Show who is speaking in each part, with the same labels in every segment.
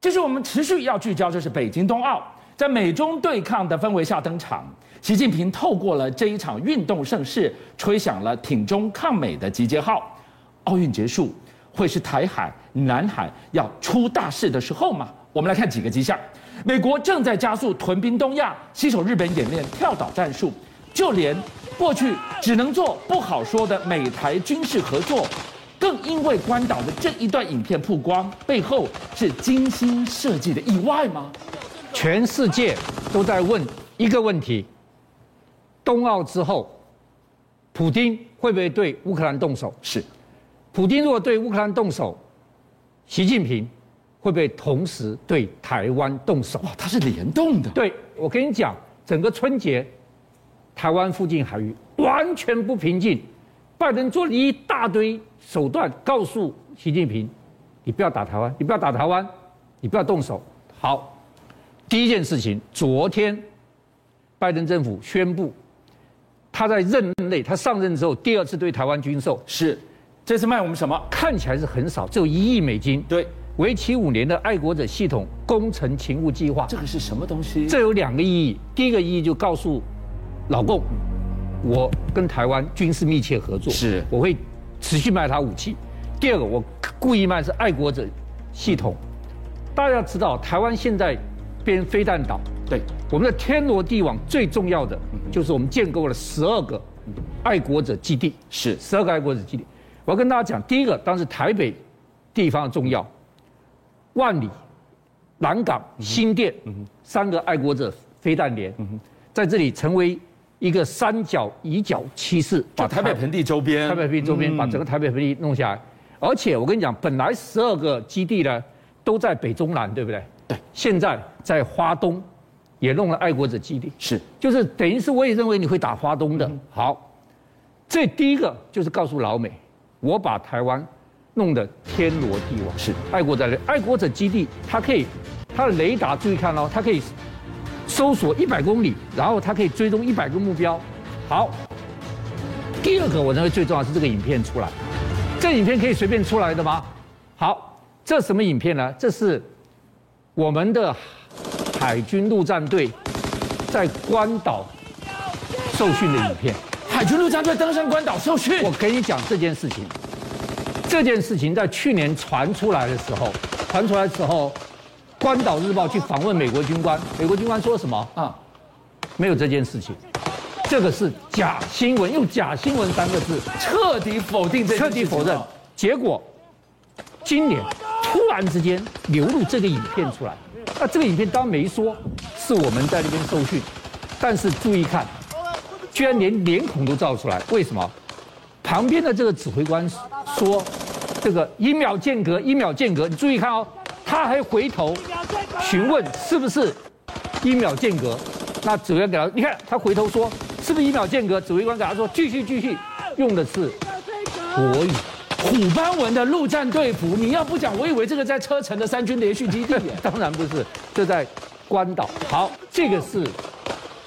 Speaker 1: 这是我们持续要聚焦，就是北京冬奥在美中对抗的氛围下登场。习近平透过了这一场运动盛事，吹响了挺中抗美的集结号。奥运结束会是台海、南海要出大事的时候吗？我们来看几个迹象：美国正在加速屯兵东亚，携手日本演练跳岛战术，就连过去只能做不好说的美台军事合作。更因为关岛的这一段影片曝光背后是精心设计的意外吗？
Speaker 2: 全世界都在问一个问题：冬奥之后，普京会不会对乌克兰动手？
Speaker 1: 是，
Speaker 2: 普京如果对乌克兰动手，习近平会不会同时对台湾动手？
Speaker 1: 哇，它是联动的。
Speaker 2: 对，我跟你讲，整个春节，台湾附近海域完全不平静。拜登做了一大堆手段，告诉习近平：“你不要打台湾，你不要打台湾，你不要动手。”好，第一件事情，昨天拜登政府宣布，他在任内，他上任之后第二次对台湾军售，
Speaker 1: 是，这次卖我们什么？
Speaker 2: 看起来是很少，只有一亿美金。
Speaker 1: 对，
Speaker 2: 为期五年的爱国者系统工程勤务计划，
Speaker 1: 这个是什么东西？
Speaker 2: 这有两个意义，第一个意义就告诉老共。我跟台湾军事密切合作，
Speaker 1: 是
Speaker 2: 我会持续卖他武器。第二个，我故意卖是爱国者系统。大家知道，台湾现在变飞弹岛，
Speaker 1: 对，
Speaker 2: 我们的天罗地网最重要的
Speaker 1: 嗯
Speaker 2: 就是我们建构了十二个爱国者基地，
Speaker 1: 是
Speaker 2: 十二个爱国者基地。我要跟大家讲，第一个当时台北地方重要，万里、南港、
Speaker 1: 嗯
Speaker 2: 新店三个爱国者飞弹连，在这里成为。一个三角以角七势，
Speaker 1: 把台北盆地周边，嗯
Speaker 2: 台北盆地周边把整个台北盆地弄下来。而且我跟你讲，本来十二个基地呢都在北中南，对不对？
Speaker 1: 对。
Speaker 2: 现在在花东也弄了爱国者基地，
Speaker 1: 是
Speaker 2: 就是等于是我也认为你会打花东的。好，这第一个就是告诉老美，我把台湾弄得天罗地网。
Speaker 1: 是
Speaker 2: 爱国者爱国者基地，它可以它的雷达注意看哦，它可以搜索一百公里，然后它可以追踪一百个目标。好，第二个我认为最重要是这个影片出来，这影片可以随便出来的吗？好，这什么影片呢？这是我们的海军陆战队在关岛受训的影片。
Speaker 1: 海军陆战队登上关岛受训
Speaker 2: 我。跟你讲这件事情，这件事情在去年传出来的时候，传出来的时候，《关岛日报》去访问美国军官，美国军官说什么？
Speaker 1: 啊，
Speaker 2: 没有这件事情，这个是假新闻，用“假新闻”三个字
Speaker 1: 彻底否定这件
Speaker 2: 彻
Speaker 1: 事情啊
Speaker 2: 底否认。结果，今年突然之间流露这个影片出来，那这个影片当然没说是我们在那边受训，但是注意看，居然连脸孔都照出来，为什么？旁边的这个指挥官说，这个一秒间隔，一秒间隔，你注意看哦，他还回头询问是不是一秒间隔，那指挥官给他，你看他回头说是不是一秒间隔，指挥官给他说继续继续，用的是国语。。
Speaker 1: 虎斑纹的陆战队服，你要不讲，我以为这个在车城的三军连续基地耶
Speaker 2: 当然不是，这在关岛。好，这个是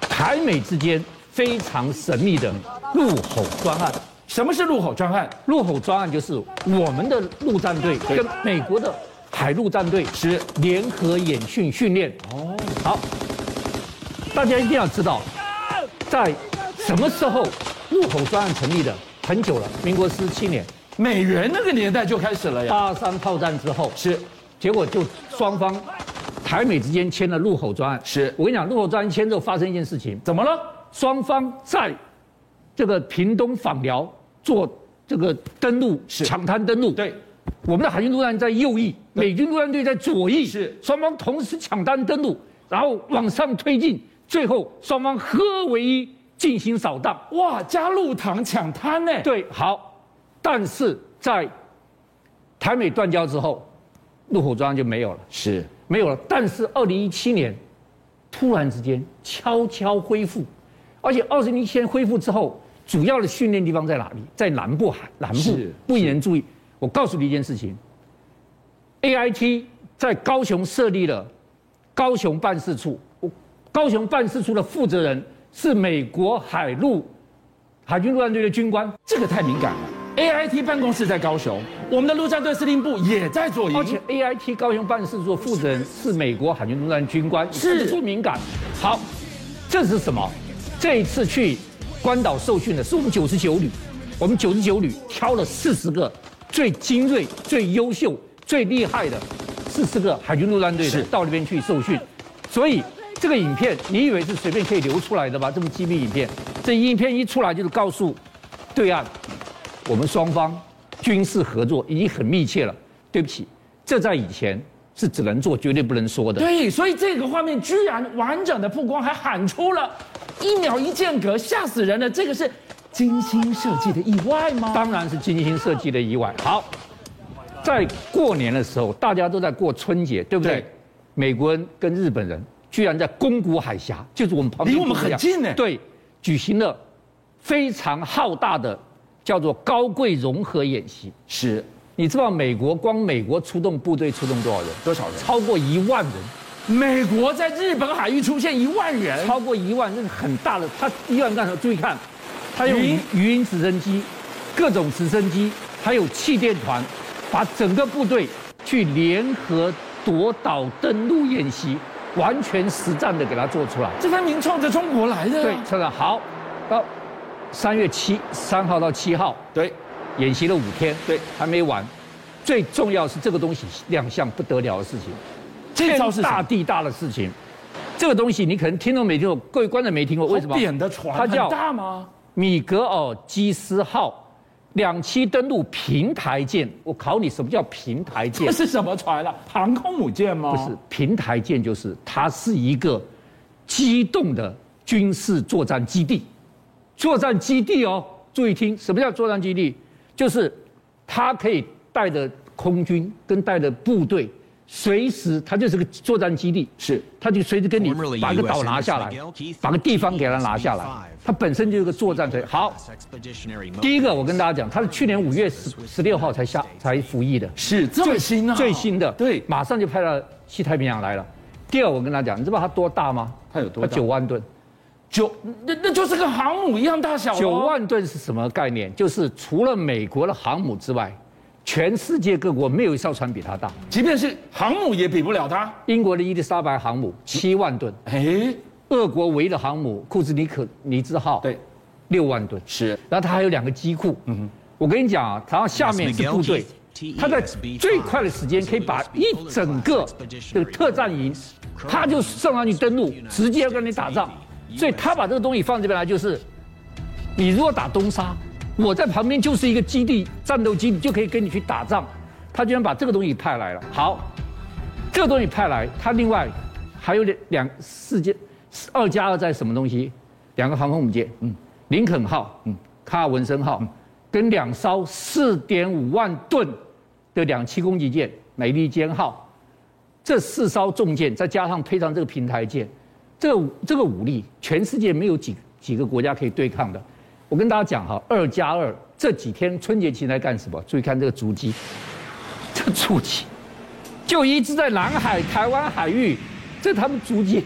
Speaker 2: 台美之间非常神秘的陆吼专案。
Speaker 1: 什么是陆吼专案？
Speaker 2: 陆吼专案就是我们的陆战队跟美国的海陆战队是联合演训训练。哦，好，大家一定要知道，在什么时候陆吼专案成立的？很久了，民国十七年
Speaker 1: 美元那个年代就开始了呀。
Speaker 2: 八三炮战之后。
Speaker 1: 是
Speaker 2: 结果就双方台美之间签了陆吼专案。
Speaker 1: 是
Speaker 2: 我跟你讲，陆吼专案签之后发生一件事情，
Speaker 1: 怎么了？
Speaker 2: 双方在这个屏东访寮做这个登陆，
Speaker 1: 是
Speaker 2: 抢滩登陆。
Speaker 1: 对，
Speaker 2: 我们的海军陆战队在右翼，
Speaker 1: 对
Speaker 2: 美军陆战队在左翼，
Speaker 1: 是
Speaker 2: 双方同时抢滩登陆，然后往上推进，最后双方合为一进行扫荡。
Speaker 1: 哇，加入堂抢滩呢？
Speaker 2: 对，好，但是在台美断交之后，陆吼专案就没有了。
Speaker 1: 是
Speaker 2: 没有了。但是二零一七年突然之间悄悄恢复，而且二零一七年恢复之后，主要的训练地方在哪里？在南部海南部
Speaker 1: 是，
Speaker 2: 不引人注意。我告诉你一件事情，AIT 在高雄设立了高雄办事处，我高雄办事处的负责人是美国海陆海军陆战队的军官。
Speaker 1: 这个太敏感了。 AIT 办公室在高雄，我们的陆战队司令部也在左
Speaker 2: 而且
Speaker 1: 营。
Speaker 2: AIT 高雄办事处负责人是美国海军陆战军官，
Speaker 1: 是
Speaker 2: 出敏感。好，这是什么？这一次去关岛受训的是我们九十九旅，我们九十九旅挑了四十个最精锐、最优秀、最厉害的四十个海军陆战队
Speaker 1: 是
Speaker 2: 的到那边去受训，所以。这个影片，你以为是随便可以流出来的吗？这么机密影片，这影片一出来就是告诉对岸，我们双方军事合作已经很密切了。对不起，这在以前是只能做，绝对不能说的。
Speaker 1: 对，所以这个画面居然完整的曝光，还喊出了一秒一间隔，吓死人了！这个是精心设计的意外吗？
Speaker 2: 当然是精心设计的意外。好，在过年的时候，大家都在过春节，对不对？
Speaker 1: 对
Speaker 2: 美国人跟日本人居然在宫古海峡，就是我们旁边，
Speaker 1: 离我们很近呢
Speaker 2: 对，举行了非常浩大的叫做高贵融合演习。
Speaker 1: 是
Speaker 2: 你知道美国光美国出动部队出动多少人？
Speaker 1: 多少人？
Speaker 2: 超过一万人。
Speaker 1: 美国在日本海域出现一万人，
Speaker 2: 超过一万，这是很大的。他一万干什么？注意看，他用
Speaker 1: 语
Speaker 2: 鱼
Speaker 1: 音
Speaker 2: 语音直升机、各种直升机，还有气垫团，把整个部队去联合夺岛登陆演习，完全实战的给他做出来。
Speaker 1: 这分明冲着中国来的、
Speaker 2: 对，车长好，到三月七三号到七号
Speaker 1: 对
Speaker 2: 演习了五天，
Speaker 1: 对，
Speaker 2: 还没完。最重要是这个东西亮相不得了的事情，
Speaker 1: 这招是
Speaker 2: 大
Speaker 1: 啥？
Speaker 2: 地大的事情。这个东西你可能听都没听过，各位观众没听过，为什么？
Speaker 1: 好扁的船
Speaker 2: 它
Speaker 1: 很
Speaker 2: 叫
Speaker 1: 大吗？
Speaker 2: 米格尔基斯号两栖登陆平台舰。我考你，什么叫平台舰
Speaker 1: 这？是什么船了、啊航空母舰吗？
Speaker 2: 不是，平台舰，就是它是一个机动的军事作战基地。作战基地哦，注意听，什么叫作战基地？就是它可以带着空军跟带着部队，随时它就是个作战基地。
Speaker 1: 是
Speaker 2: 他就随时跟你
Speaker 3: Formerly
Speaker 2: 把一个岛拿下来，把个地方给他拿下来
Speaker 3: US，
Speaker 2: 它本身就是个作战队。好，第一个我跟大家讲，它是去年五月十十六号才下才服役的，
Speaker 1: 是这么新啊！
Speaker 2: 最新的，
Speaker 1: 对，
Speaker 2: 马上就派到西太平洋来了。第二，我跟大家讲，你知道它多大吗？
Speaker 1: 它有多大
Speaker 2: 它九万吨。
Speaker 1: 哦九那那就是跟航母一样大小、哦。
Speaker 2: 九万吨是什么概念？就是除了美国的航母之外，全世界各国没有一艘船比它大。
Speaker 1: 即便是航母也比不了它。
Speaker 2: 英国的伊丽莎白航母七万吨，
Speaker 1: 哎，
Speaker 2: 俄国唯一的航母库兹尼可尼兹号
Speaker 1: 对，
Speaker 2: 六万吨。
Speaker 1: 是
Speaker 2: 然后它还有两个机库。我跟你讲啊，然后下面是部队，他在最快的时间可以把一整个这个特战营，他就送上去登陆，直接跟你打仗。所以他把这个东西放这边来，就是你如果打东沙，我在旁边就是一个基地，战斗基地就可以跟你去打仗。他居然把这个东西派来了，好，这个东西派来，他另外还有两两世界二加二在什么东西？两个航空母舰，嗯，林肯号，嗯，卡尔文森号，跟两艘四点五万吨的两栖攻击舰美利坚号，这四艘重舰再加上配上这个平台舰，这个武这个武力，全世界没有几几个国家可以对抗的。我跟大家讲哈，二加二这几天春节期间在干什么？注意看这个足迹，这个足迹。就一直在南海、台湾海域，这他们足迹，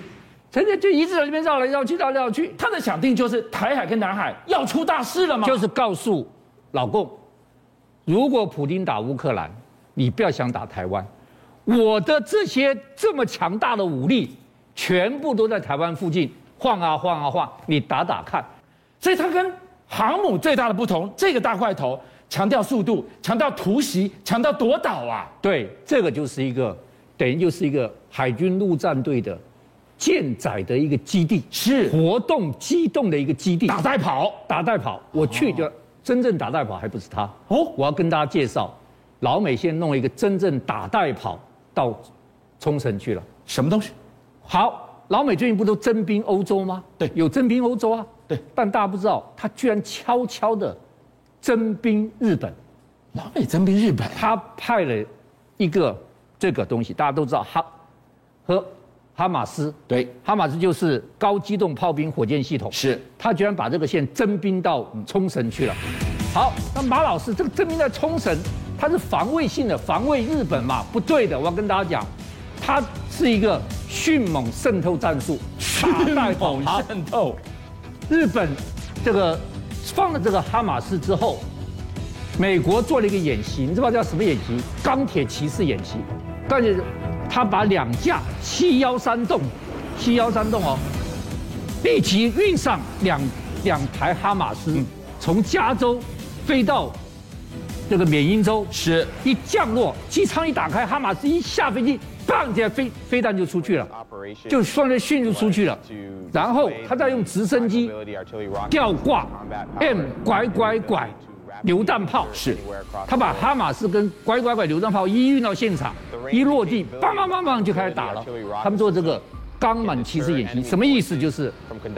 Speaker 2: 现在就一直在那边绕来绕去、绕来绕去，
Speaker 1: 他的想定就是台海跟南海要出大事了吗？
Speaker 2: 就是告诉老共，如果普京打乌克兰，你不要想打台湾，我的这些这么强大的武力，全部都在台湾附近晃啊晃啊晃，你打打看。
Speaker 1: 所以它跟航母最大的不同，这个大块头强调速度，强调突袭，强调夺岛啊。
Speaker 2: 对，这个就是一个，等于就是一个海军陆战队的舰载的一个基地，
Speaker 1: 是
Speaker 2: 活动机动的一个基地，
Speaker 1: 打带跑
Speaker 2: 打带跑，我去就真正打带跑还不是他
Speaker 1: 哦
Speaker 2: 哦，我要跟大家介绍，老美现在弄一个真正打带跑到冲绳去了。
Speaker 1: 什么东西？
Speaker 2: 好，老美最近不都征兵欧洲吗？
Speaker 1: 对
Speaker 2: 有征兵欧洲啊。
Speaker 1: 对，
Speaker 2: 但大家不知道，他居然悄悄的征兵日本，
Speaker 1: 老美征兵日本，
Speaker 2: 他派了一个这个东西，大家都知道哈和哈马斯，
Speaker 1: 对，
Speaker 2: 哈马斯就是高机动炮兵火箭系统，
Speaker 1: 是
Speaker 2: 他居然把这个线征兵到冲绳去了。好，那马老师，这个征兵在冲绳，他是防卫性的，防卫日本嘛？不对的，我要跟大家讲，他是一个迅猛渗透战术，打带跑
Speaker 1: 猛
Speaker 2: 好
Speaker 1: 渗透，
Speaker 2: 日本这个放了这个哈马斯之后，美国做了一个演习，你知道叫什么演习？钢铁骑士演习。但是他把两架七幺三栋，七幺三栋哦，立即运上两两台哈马斯，从加州飞到那个缅因州，
Speaker 1: 是
Speaker 2: 一降落，机舱一打开，哈马斯一下飞机，砰，这飞飞弹就出去了，就算是迅速出去了。然后他再用直升机吊挂 M 拐拐拐榴弹炮，
Speaker 1: 是
Speaker 2: 他把哈马斯跟拐拐拐榴弹炮一运到现场，一落地，梆梆梆梆就开始打了。他们做这个钢满骑士演习，什么意思？就是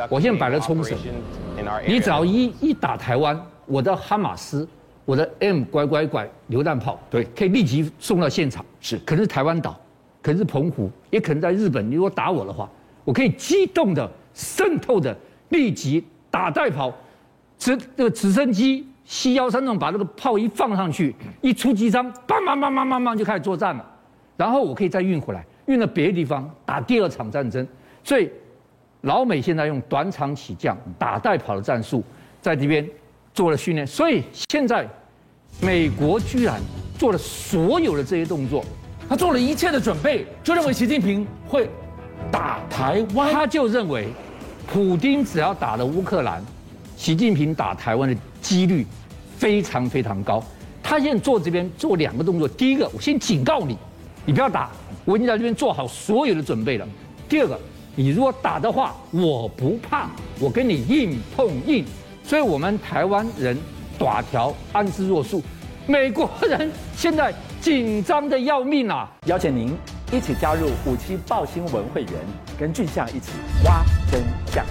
Speaker 2: 我现在摆了冲绳，你只要一一打台湾，我的哈马斯。我的 M 乖乖拐榴弹炮，
Speaker 1: 对
Speaker 2: 可以立即送到现场。
Speaker 1: 是
Speaker 2: 可能是台湾岛，可能是澎湖，也可能在日本。你如果打我的话，我可以机动的、渗透的，立即打带跑，直这个直升机 C 幺三那种把这个炮一放上去，一出机舱，梆梆梆梆梆梆就开始作战了。然后我可以再运回来，运到别的地方打第二场战争。所以，老美现在用短场起降、打带跑的战术，在这边做了训练。所以现在，美国居然做了所有的这些动作，
Speaker 1: 他做了一切的准备，就认为习近平会打台湾。
Speaker 2: 他就认为，普京只要打了乌克兰，习近平打台湾的几率非常非常高。他现在做这边做两个动作，第一个，我先警告你，你不要打，我已经在这边做好所有的准备了。第二个，你如果打的话，我不怕，我跟你硬碰硬。所以我们台湾人短条安之若素，美国人现在紧张的要命啊！
Speaker 3: 邀请您一起加入五七报新闻会员，跟俊相一起挖真相。